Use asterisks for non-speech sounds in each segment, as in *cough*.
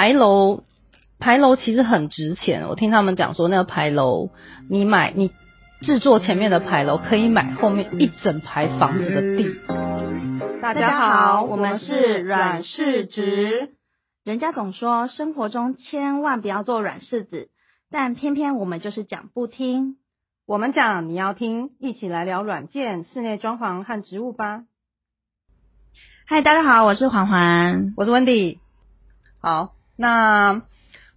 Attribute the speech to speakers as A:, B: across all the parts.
A: 牌楼，牌楼其实很值钱。我听他们讲说，那个牌楼，你买你制作前面的牌楼，可以买后面一整排房子的地。
B: 大
C: 家好我们是阮氏直。人家总说生活中千万不要做软柿子，但偏偏我们就是讲不听。
A: 我们讲你要听，一起来聊软件、室内装潢和植物吧。
C: 嗨，大家好，我是环环。
A: 我是 Wendy。好，那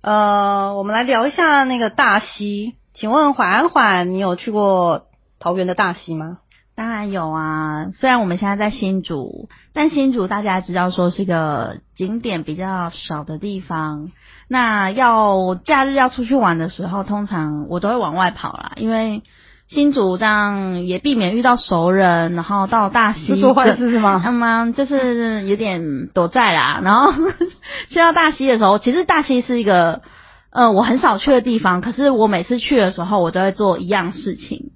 A: 呃，我们来聊一下那个大溪。请问缓缓，你有去过桃园的大溪吗？
C: 当然有啊，虽然我们现在在新竹，但新竹大家知道说是个景点比较少的地方。那要假日要出去玩的时候，通常我都会往外跑啦，因为新竹这样也避免遇到熟人，然后到大溪
A: 是 *laughs* 做坏事是吗？
C: 嗯嘛，就是有点躲债
A: *laughs*
C: 啦。然后 *laughs* 去到大溪的时候，其实大溪是一个呃我很少去的地方，可是我每次去的时候，我都会做一样事情，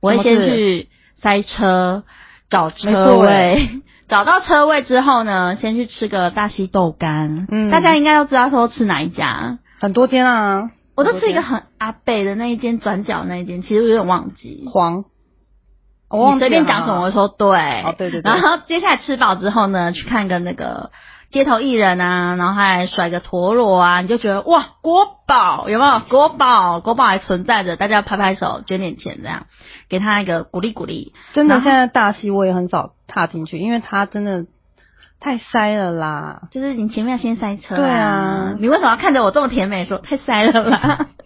C: 我会
A: 什
C: 先
A: 么事
C: 去塞车找
A: 没
C: 车
A: 错哎
C: 位。 *laughs* 找到车位之后呢，先去吃个大溪豆干。
A: 嗯
C: 大家应该都知道说吃哪一家，
A: 很多间啊，
C: 我都吃一个很阿北的那一间转角那一间，其实我有点忘记。
A: 黄。哦我忘记
C: 你随便
A: 了啊
C: 讲什么，我说对。
A: 哦对对对
C: *laughs* 然后接下来吃饱之后呢，去看个那个街头艺人啊，然后还甩个陀螺啊，你就觉得哇，国宝有没
A: 嗯
C: 有？国宝，国宝还存在着，大家拍拍手，捐点钱这样，给他一个鼓励鼓励。
A: 真的，
C: 然后
A: 现在大溪我也很少踏进去，因为它真的太塞了啦。
C: 就是你前面先塞车、
A: 对啊
C: 你为什么要看着我这么甜美说太塞了吧？ *laughs*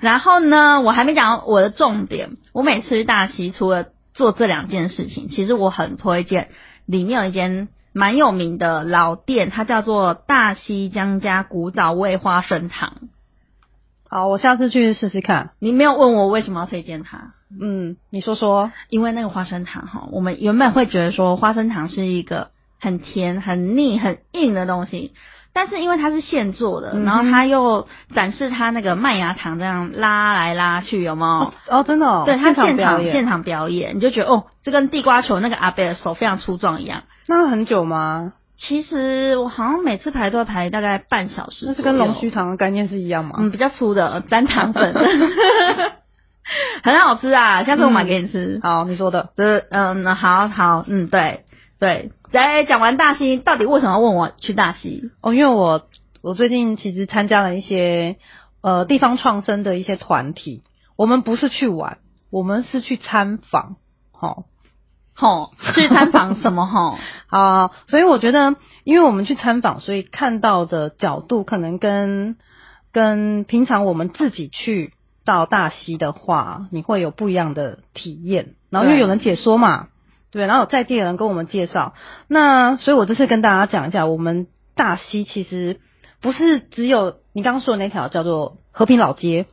C: 然后呢，我还没讲我的重点。我每次去大溪，除了做这两件事情，其实我很推荐里面有一间蛮有名的老店，它叫做大溪江家古早味花生糖。
A: 好，我下次去试试看。
C: 你没有问我为什么要推荐它，
A: 嗯，你说说。
C: 因为那个花生糖哈，我们原本会觉得说花生糖是一个很甜、很腻、很硬的东西，但是因为它是现做的，
A: 嗯哼
C: 然后它又展示它那个麦芽糖这样拉来拉去，有没有？
A: 哦，真的、哦，
C: 对，它现
A: 表
C: 场
A: 演，
C: 现场表演，你就觉得哦，就跟地瓜球那个阿贝的手非常粗壮一样。
A: 那很久吗？
C: 其实我好像每次排队排大概半小时
A: 那
C: 左右，
A: 是跟龙须糖的概念是一样吗？
C: 嗯比较粗的沾
A: *laughs*
C: 糖粉， *laughs* 很好吃啊！下次我买给你吃。
A: 好，你说的。
C: 就是嗯，好好，嗯，对对。来讲完大溪，到底为什么要问我去大溪？
A: 哦，因为我我最近其实参加了一些呃地方创生的一些团体，我们不是去玩，我们是去参访，好、
C: 吼，去参访什
A: *laughs*
C: 么吼？
A: 啊、所以我觉得，因为我们去参访，所以看到的角度可能跟跟平常我们自己去到大溪的话，你会有不一样的体验。然后因为
C: 对
A: 有人解说嘛，对，然后有在地的人跟我们介绍。那所以我这次跟大家讲一下，我们大溪其实不是只有你刚刚说的那条叫做和平老街，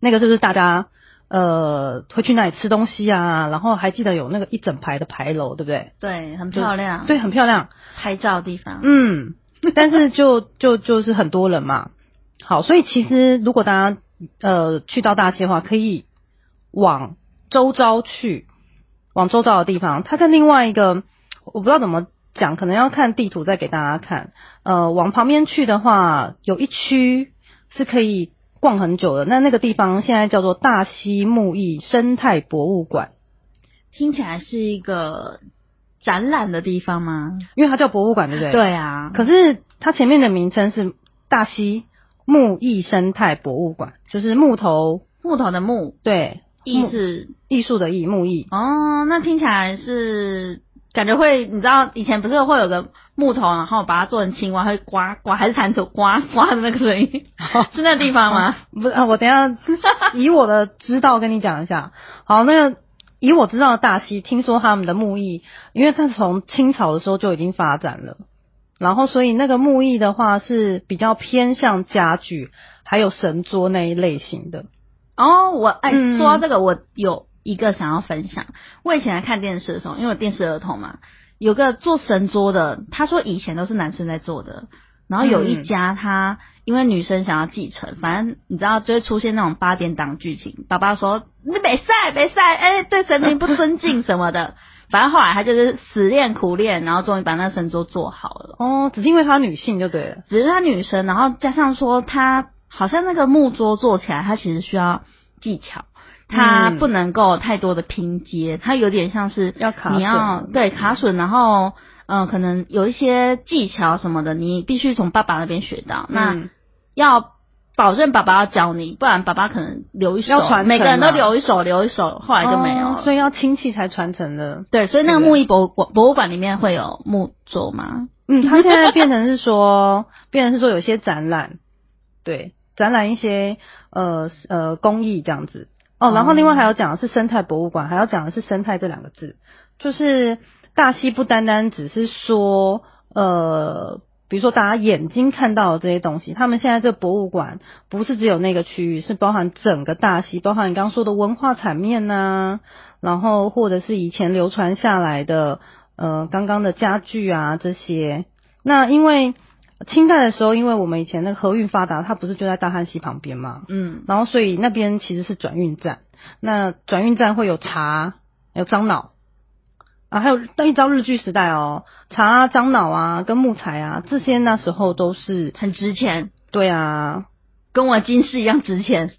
A: 那个就是大家。呃，会去那里吃东西啊，然后还记得有那个一整排的牌楼，对不对？
C: 对，很漂亮，
A: 对，很漂亮。
C: 拍照的地方。
A: 嗯，但是就就就是很多人嘛。好，所以其实如果大家呃去到大溪的话，可以往周遭去，往周遭的地方。它跟另外一个我不知道怎么讲，可能要看地图再给大家看。呃，往旁边去的话，有一区是可以逛很久的。那那个地方现在叫做大溪木艺生态博物馆，
C: 听起来是一个展览的地方吗？
A: 因为它叫博物馆，对不对？
C: 对啊，
A: 可是它前面的名称是大溪木艺生态博物馆，就是木头
C: 木头的木，
A: 对
C: 意
A: 木
C: 思
A: 艺术的艺木艺，
C: 哦，那听起来是感觉会，你知道以前不是会有个木头，然后把它做成青蛙，会呱呱，还是蟾蜍呱呱的那个声
A: *laughs*
C: 音，是那地方吗？
A: 不啊，我等一下以我的知道跟你讲一下。好，那个以我知道的大溪，听说他们的木艺，因为它从清朝的时候就已经发展了，然后所以那个木艺的话是比较偏向家具，还有神桌那一类型的。
C: 哦，我哎，
A: 嗯
C: 说到这个，我有一个想要分享。我以前在看电视的时候，因为我电视儿童嘛，有个做神桌的，他说以前都是男生在做的，然后有一
A: 嗯
C: 家他、因为女生想要继承，反正你知道就会出现那种八点档剧情，爸爸说你没赛没赛，哎、对神明不尊敬什么的，反正后来他就是死练苦练，然后终于把那神桌做好了。
A: 哦，只是因为她女性就对了。
C: 只是她女生，然后加上说她好像那个木桌做起来，她其实需要技巧，她
A: 嗯
C: 不能够太多的拼接，她有点像是
A: 要卡
C: 你要
A: 榫
C: 对卡榫，然后嗯、呃可能有一些技巧什么的，你必须从爸爸那边学到。那
A: 嗯
C: 要保证爸爸要教你，不然爸爸可能留一手，
A: 要传承
C: 每个人都
A: 嘛
C: 留一手，留一手，后来就没有了。
A: 哦所以要亲戚才传承的。
C: 对，所以那
A: 对
C: 个
A: 不对
C: 木艺博物馆博物馆里面会有木桌吗？
A: 嗯，他现在变成是说，变成是说有些展览，对，展览一些呃呃工艺这样子。哦，然后另外还要讲的是生态博物馆，还要讲的是生态这两个字，就是大溪不单单只是说呃，比如说大家眼睛看到的这些东西，他们现在这个博物馆不是只有那个区域，是包含整个大溪，包含你刚刚说的文化产面呐、然后或者是以前流传下来的呃刚刚的家具啊这些。那因为清代的时候，因为我们以前那个河运发达，它不是就在大汉溪旁边嘛，
C: 嗯，
A: 然后所以那边其实是转运站，那转运站会有茶，有樟脑。啊，还有那一到日据时代哦，茶啊、樟脑啊、跟木材啊，这些那时候都是
C: 很值钱，
A: 对啊，
C: 跟我金饰一样值钱。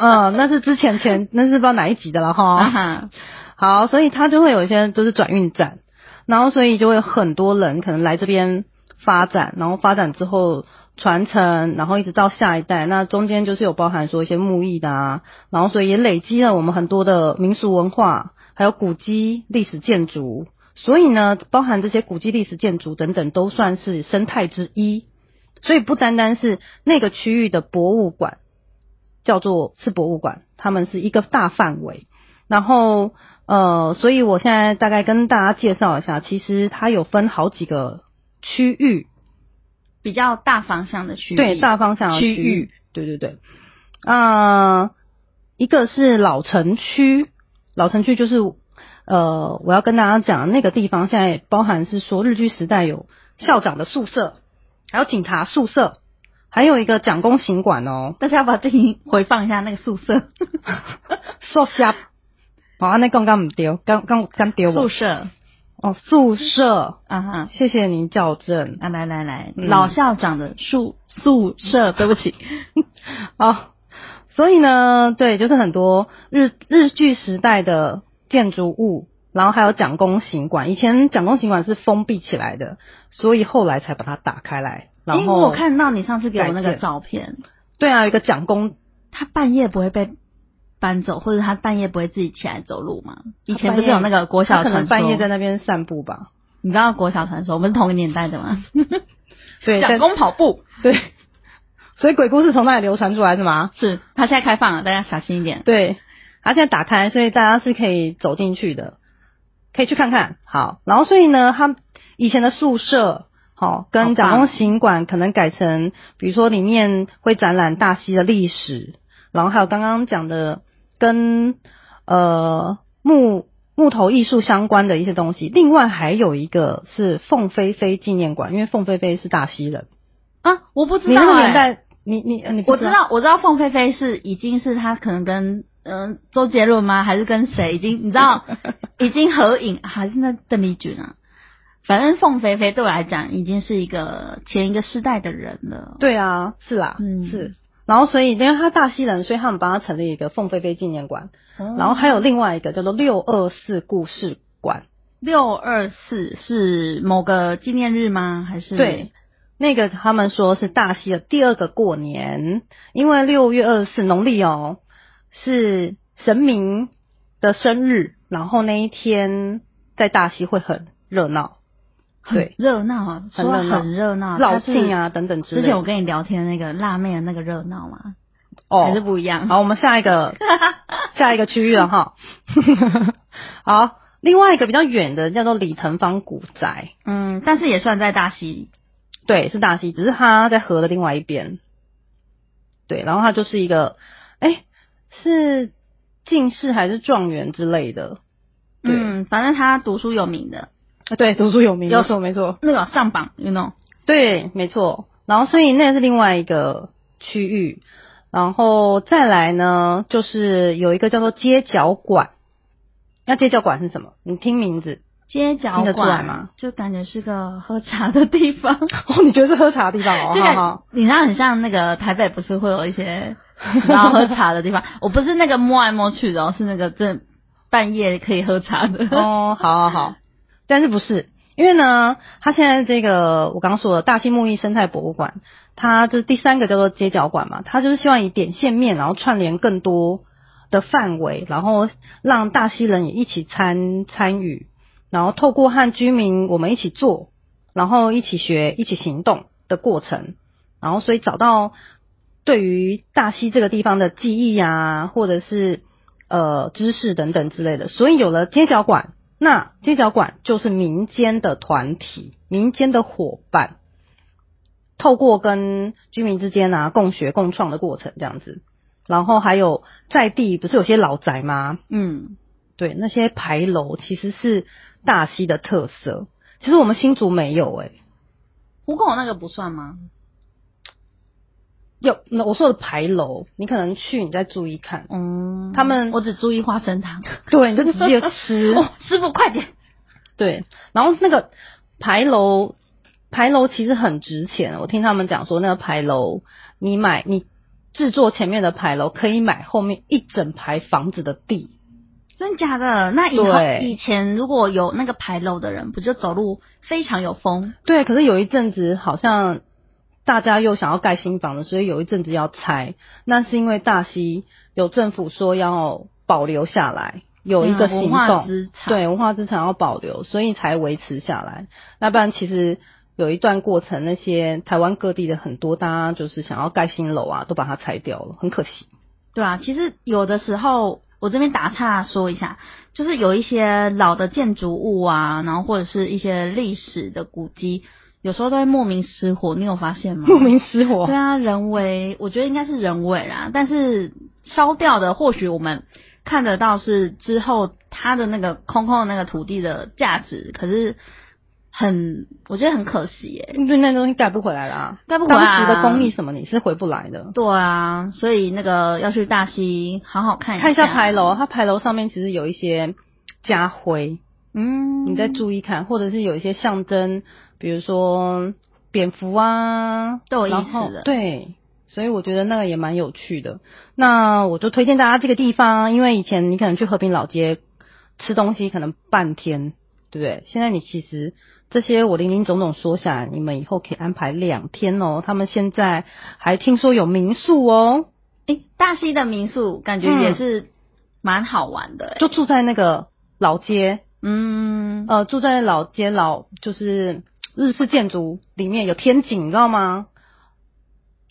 A: 嗯，那是之前前那是不知道哪一集的了
C: 啊
A: 哈。
C: 哈，
A: 好，所以它就会有一些就是转运站，然后所以就会有很多人可能来这边发展，然后发展之后传承，然后一直到下一代，那中间就是有包含说一些木艺的啊，然后所以也累积了我们很多的民俗文化，还有古迹、历史建筑。所以呢，包含这些古迹、历史建筑等等，都算是生态之一。所以不单单是那个区域的博物馆叫做是博物馆，他们是一个大范围。然后呃，所以我现在大概跟大家介绍一下，其实它有分好几个区域，
C: 比较大方向的区域，
A: 对大方向的
C: 区
A: 区
C: 域
A: 域，对对对，啊，一个是老城区，老城区就是呃，我要跟大家讲那个地方现在包含是说日据时代有校长的宿舍，还有警察宿舍，还有一个蒋公行馆哦，
C: 大家要不要自己回放一下那个宿舍？
A: 宿舍，哦，安尼讲敢唔对，敢敢敢对
C: 宿
A: 不？
C: 舍
A: 哦，宿舍，
C: 啊哈
A: 谢谢您校正。
C: 啊，来来来，
A: 嗯
C: 老校长的宿宿舍，对不起， *laughs*
A: 哦，所以呢，对，就是很多日日据时代的建筑物，然后还有蒋公行馆。以前蒋公行馆是封闭起来的，所以后来才把它打开来。然后
C: 因为哎我看到你上次给我那
A: 改
C: 个
A: 建
C: 照片，
A: 对啊，有一个蒋公，
C: 他半夜不会被搬走，或者他半夜不会自己起来走路吗？以前
A: 他半
C: 不
A: 夜
C: 是有那个国
A: 他
C: 小
A: 可
C: *laughs*
A: 能
C: 传
A: 半夜在
C: 说？
A: 那边散步吧。
C: 你知道国小传说，我们是同个年代的吗？
A: 对，
C: 蒋
A: 在
C: 公跑步
A: 对， *laughs* 所以鬼故事从那里流传出来是吗？
C: 是，他现在开放了，大家小心一点。
A: 对，它现在打开，所以大家是可以走进去的，可以去看看。好，然后所以呢，他以前的宿舍。好、
C: 好棒
A: 跟蒋公行馆可能改成，比如说里面会展览大溪的历史，然后还有刚刚讲的跟呃木木头艺术相关的一些东西。另外还有一个是凤飞飞纪念馆，因为凤飞飞是大溪人，
C: 啊，我不知
A: 你
C: 道、
A: 那个
C: 欸，
A: 年代，你你你不
C: 我知道，我知道凤飞飞是已经是她可能跟嗯、呃周杰伦吗？还是跟谁？已经你知
A: *laughs*
C: 道已经合影，啊还是那邓丽君啊？反正凤飞飞对我来讲已经是一个前一个世代的人了。
A: 对啊，是啊，
C: 嗯
A: 是。然后所以因为他大溪人，所以他们帮他成立一个凤飞飞纪念馆，
C: 哦
A: 然后还有另外一个叫做六二四故事馆，
C: 六二四是某个纪念日吗？还是
A: 对。那个他们说是大溪的第二个过年，因为六月二十四农历哦是神明的生日，然后那一天在大溪会很热闹，
C: 很 *laughs*
A: 对
C: 热闹啊？
A: 很
C: 说
A: 热闹
C: 很热闹，
A: 绕
C: 它是
A: 境啊等等之
C: 之
A: 类
C: 前我
A: 的。
C: 跟你聊天那个辣妹的那个热闹嘛，还是
A: 哦，
C: 不一样。
A: 好，我们下一个下一个区域了哈。好，另外一个比较远的叫做李腾芳古宅，
C: 嗯，但是也算在大溪
A: 对，是大溪，只是它在河的另外一边。对，然后它就是一个，哎，是进士还是状元之类的？对
C: 嗯，反正他读书有名的，
A: 啊对，读书有名，
C: 有
A: 没错没错，
C: 那个上榜，you know，
A: 对，没错。然后所以那是另外一个区域，然后再来呢，就是有一个叫做街角馆，那街角馆是什么？你听名字
C: 街角
A: 听得出来
C: 馆
A: 吗？ *laughs*
C: 就感觉是个喝茶的地方，
A: 哦，你觉得是喝茶的地方哦？
C: *laughs* 这
A: 好
C: 个
A: 好，
C: 你知道很像那个台北，不是会有一些 *laughs* 然后喝茶
A: *laughs*
C: 的地方？我不是那个摸来摸去的、哦，是那个正半夜可以喝
A: *laughs*
C: 茶的。
A: 哦，好好好， *laughs* 但是不是？因为呢，它现在这个我刚刚说的大溪木艺生态博物馆，它这第三个叫做街角馆嘛，它就是希望以点线面，然后串联更多的范围，然后让大溪人也一起参参与，然后透过和居民我们一起做，然后一起学、一起行动的过程，然后所以找到对于大溪这个地方的记忆啊，或者是呃知识等等之类的，所以有了街角馆，那街角馆就是民间的团体、民间的伙伴，透过跟居民之间啊共学共创的过程这样子，然后还有在地不是有些老宅吗？
C: *laughs* 嗯，
A: 对，那些牌楼其实是大溪的特色。其实我们新竹没有欸诶、
C: 虎口那个不算吗？
A: 有那我说的牌楼，你可能去你再注意看。
C: 嗯，
A: 他们
C: 我只注意花生糖， *laughs*
A: 对，你就直接吃。
C: 哦， *laughs* 师傅快点。
A: 对，然后那个牌楼，牌楼其实很值钱。我听他们讲说，那个牌楼你买你制作前面的牌楼，可以买后面一整排房子的地。
C: 真假的？那以后
A: 对
C: 以前如果有那个牌楼的人，不就走路非常有风？
A: 对，可是有一阵子好像大家又想要盖新房了，所以有一阵子要拆。那是因为大溪有政府说要保留下来，有一个
C: 嗯
A: 行
C: 文化
A: 动，
C: 资产
A: 对文化资产要保留，所以才维持下来。那不然其实有一段过程，那些台湾各地的很多大家就是想要盖新楼啊，都把它拆掉了，很可惜。
C: 对啊，其实有的时候我这边打岔说一下，就是有一些老的建筑物啊，然后或者是一些历史的古迹，有时候都会莫名失火，你有发现吗？
A: *laughs* 莫名失火
C: 对，啊，人为，我觉得应该是人为啦，但是烧掉的或许我们看得到是之后它的那个空空的那个土地的价值，可是很我觉得很可惜耶、
A: 对，那东西盖不回来了啊。
C: 盖不回来啊
A: 当时的工艺什么你是回不来的。
C: 对啊，所以那个要去大溪好好看一下，
A: 看一下牌楼，，啊它牌楼上面其实有一些家徽，
C: 嗯，
A: 你再注意看，或者是有一些象征，比如说蝙蝠啊，
C: 都有意
A: 然
C: 思
A: 后
C: 的
A: 对，所以我觉得那个也蛮有趣的。那我就推荐大家这个地方，因为以前你可能去和平老街吃东西，可能半天，对不对？现在你其实这些我零零总总说下来，你们以后可以安排两天哦。他们现在还听说有民宿哦，
C: 诶，大溪的民宿感觉也是蛮好玩的、诶
A: 就住在那个老街，
C: 嗯，
A: 呃，住在老街老就是日式建筑里面有天井，你知道吗？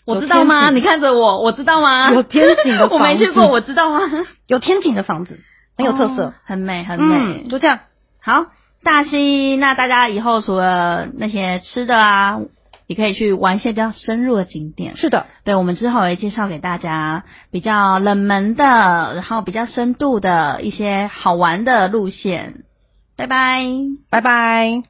C: 我知道吗？
A: 有
C: 你
A: 天井
C: 看着我，我知道吗？
A: 有天井的
C: 啊 *laughs* 我没去
A: 房
C: 过，
A: 子
C: 我知道吗？
A: 有天井的房子 *laughs* 很有特色
C: 哦，很美，很美。
A: 嗯，就这样，
C: 好，大溪，那大家以后除了那些吃的啊，也可以去玩一些比较深入的景点。
A: 是的，
C: 对，我们之后也会介绍给大家比较冷门的，然后比较深度的一些好玩的路线。拜拜。
A: 拜拜。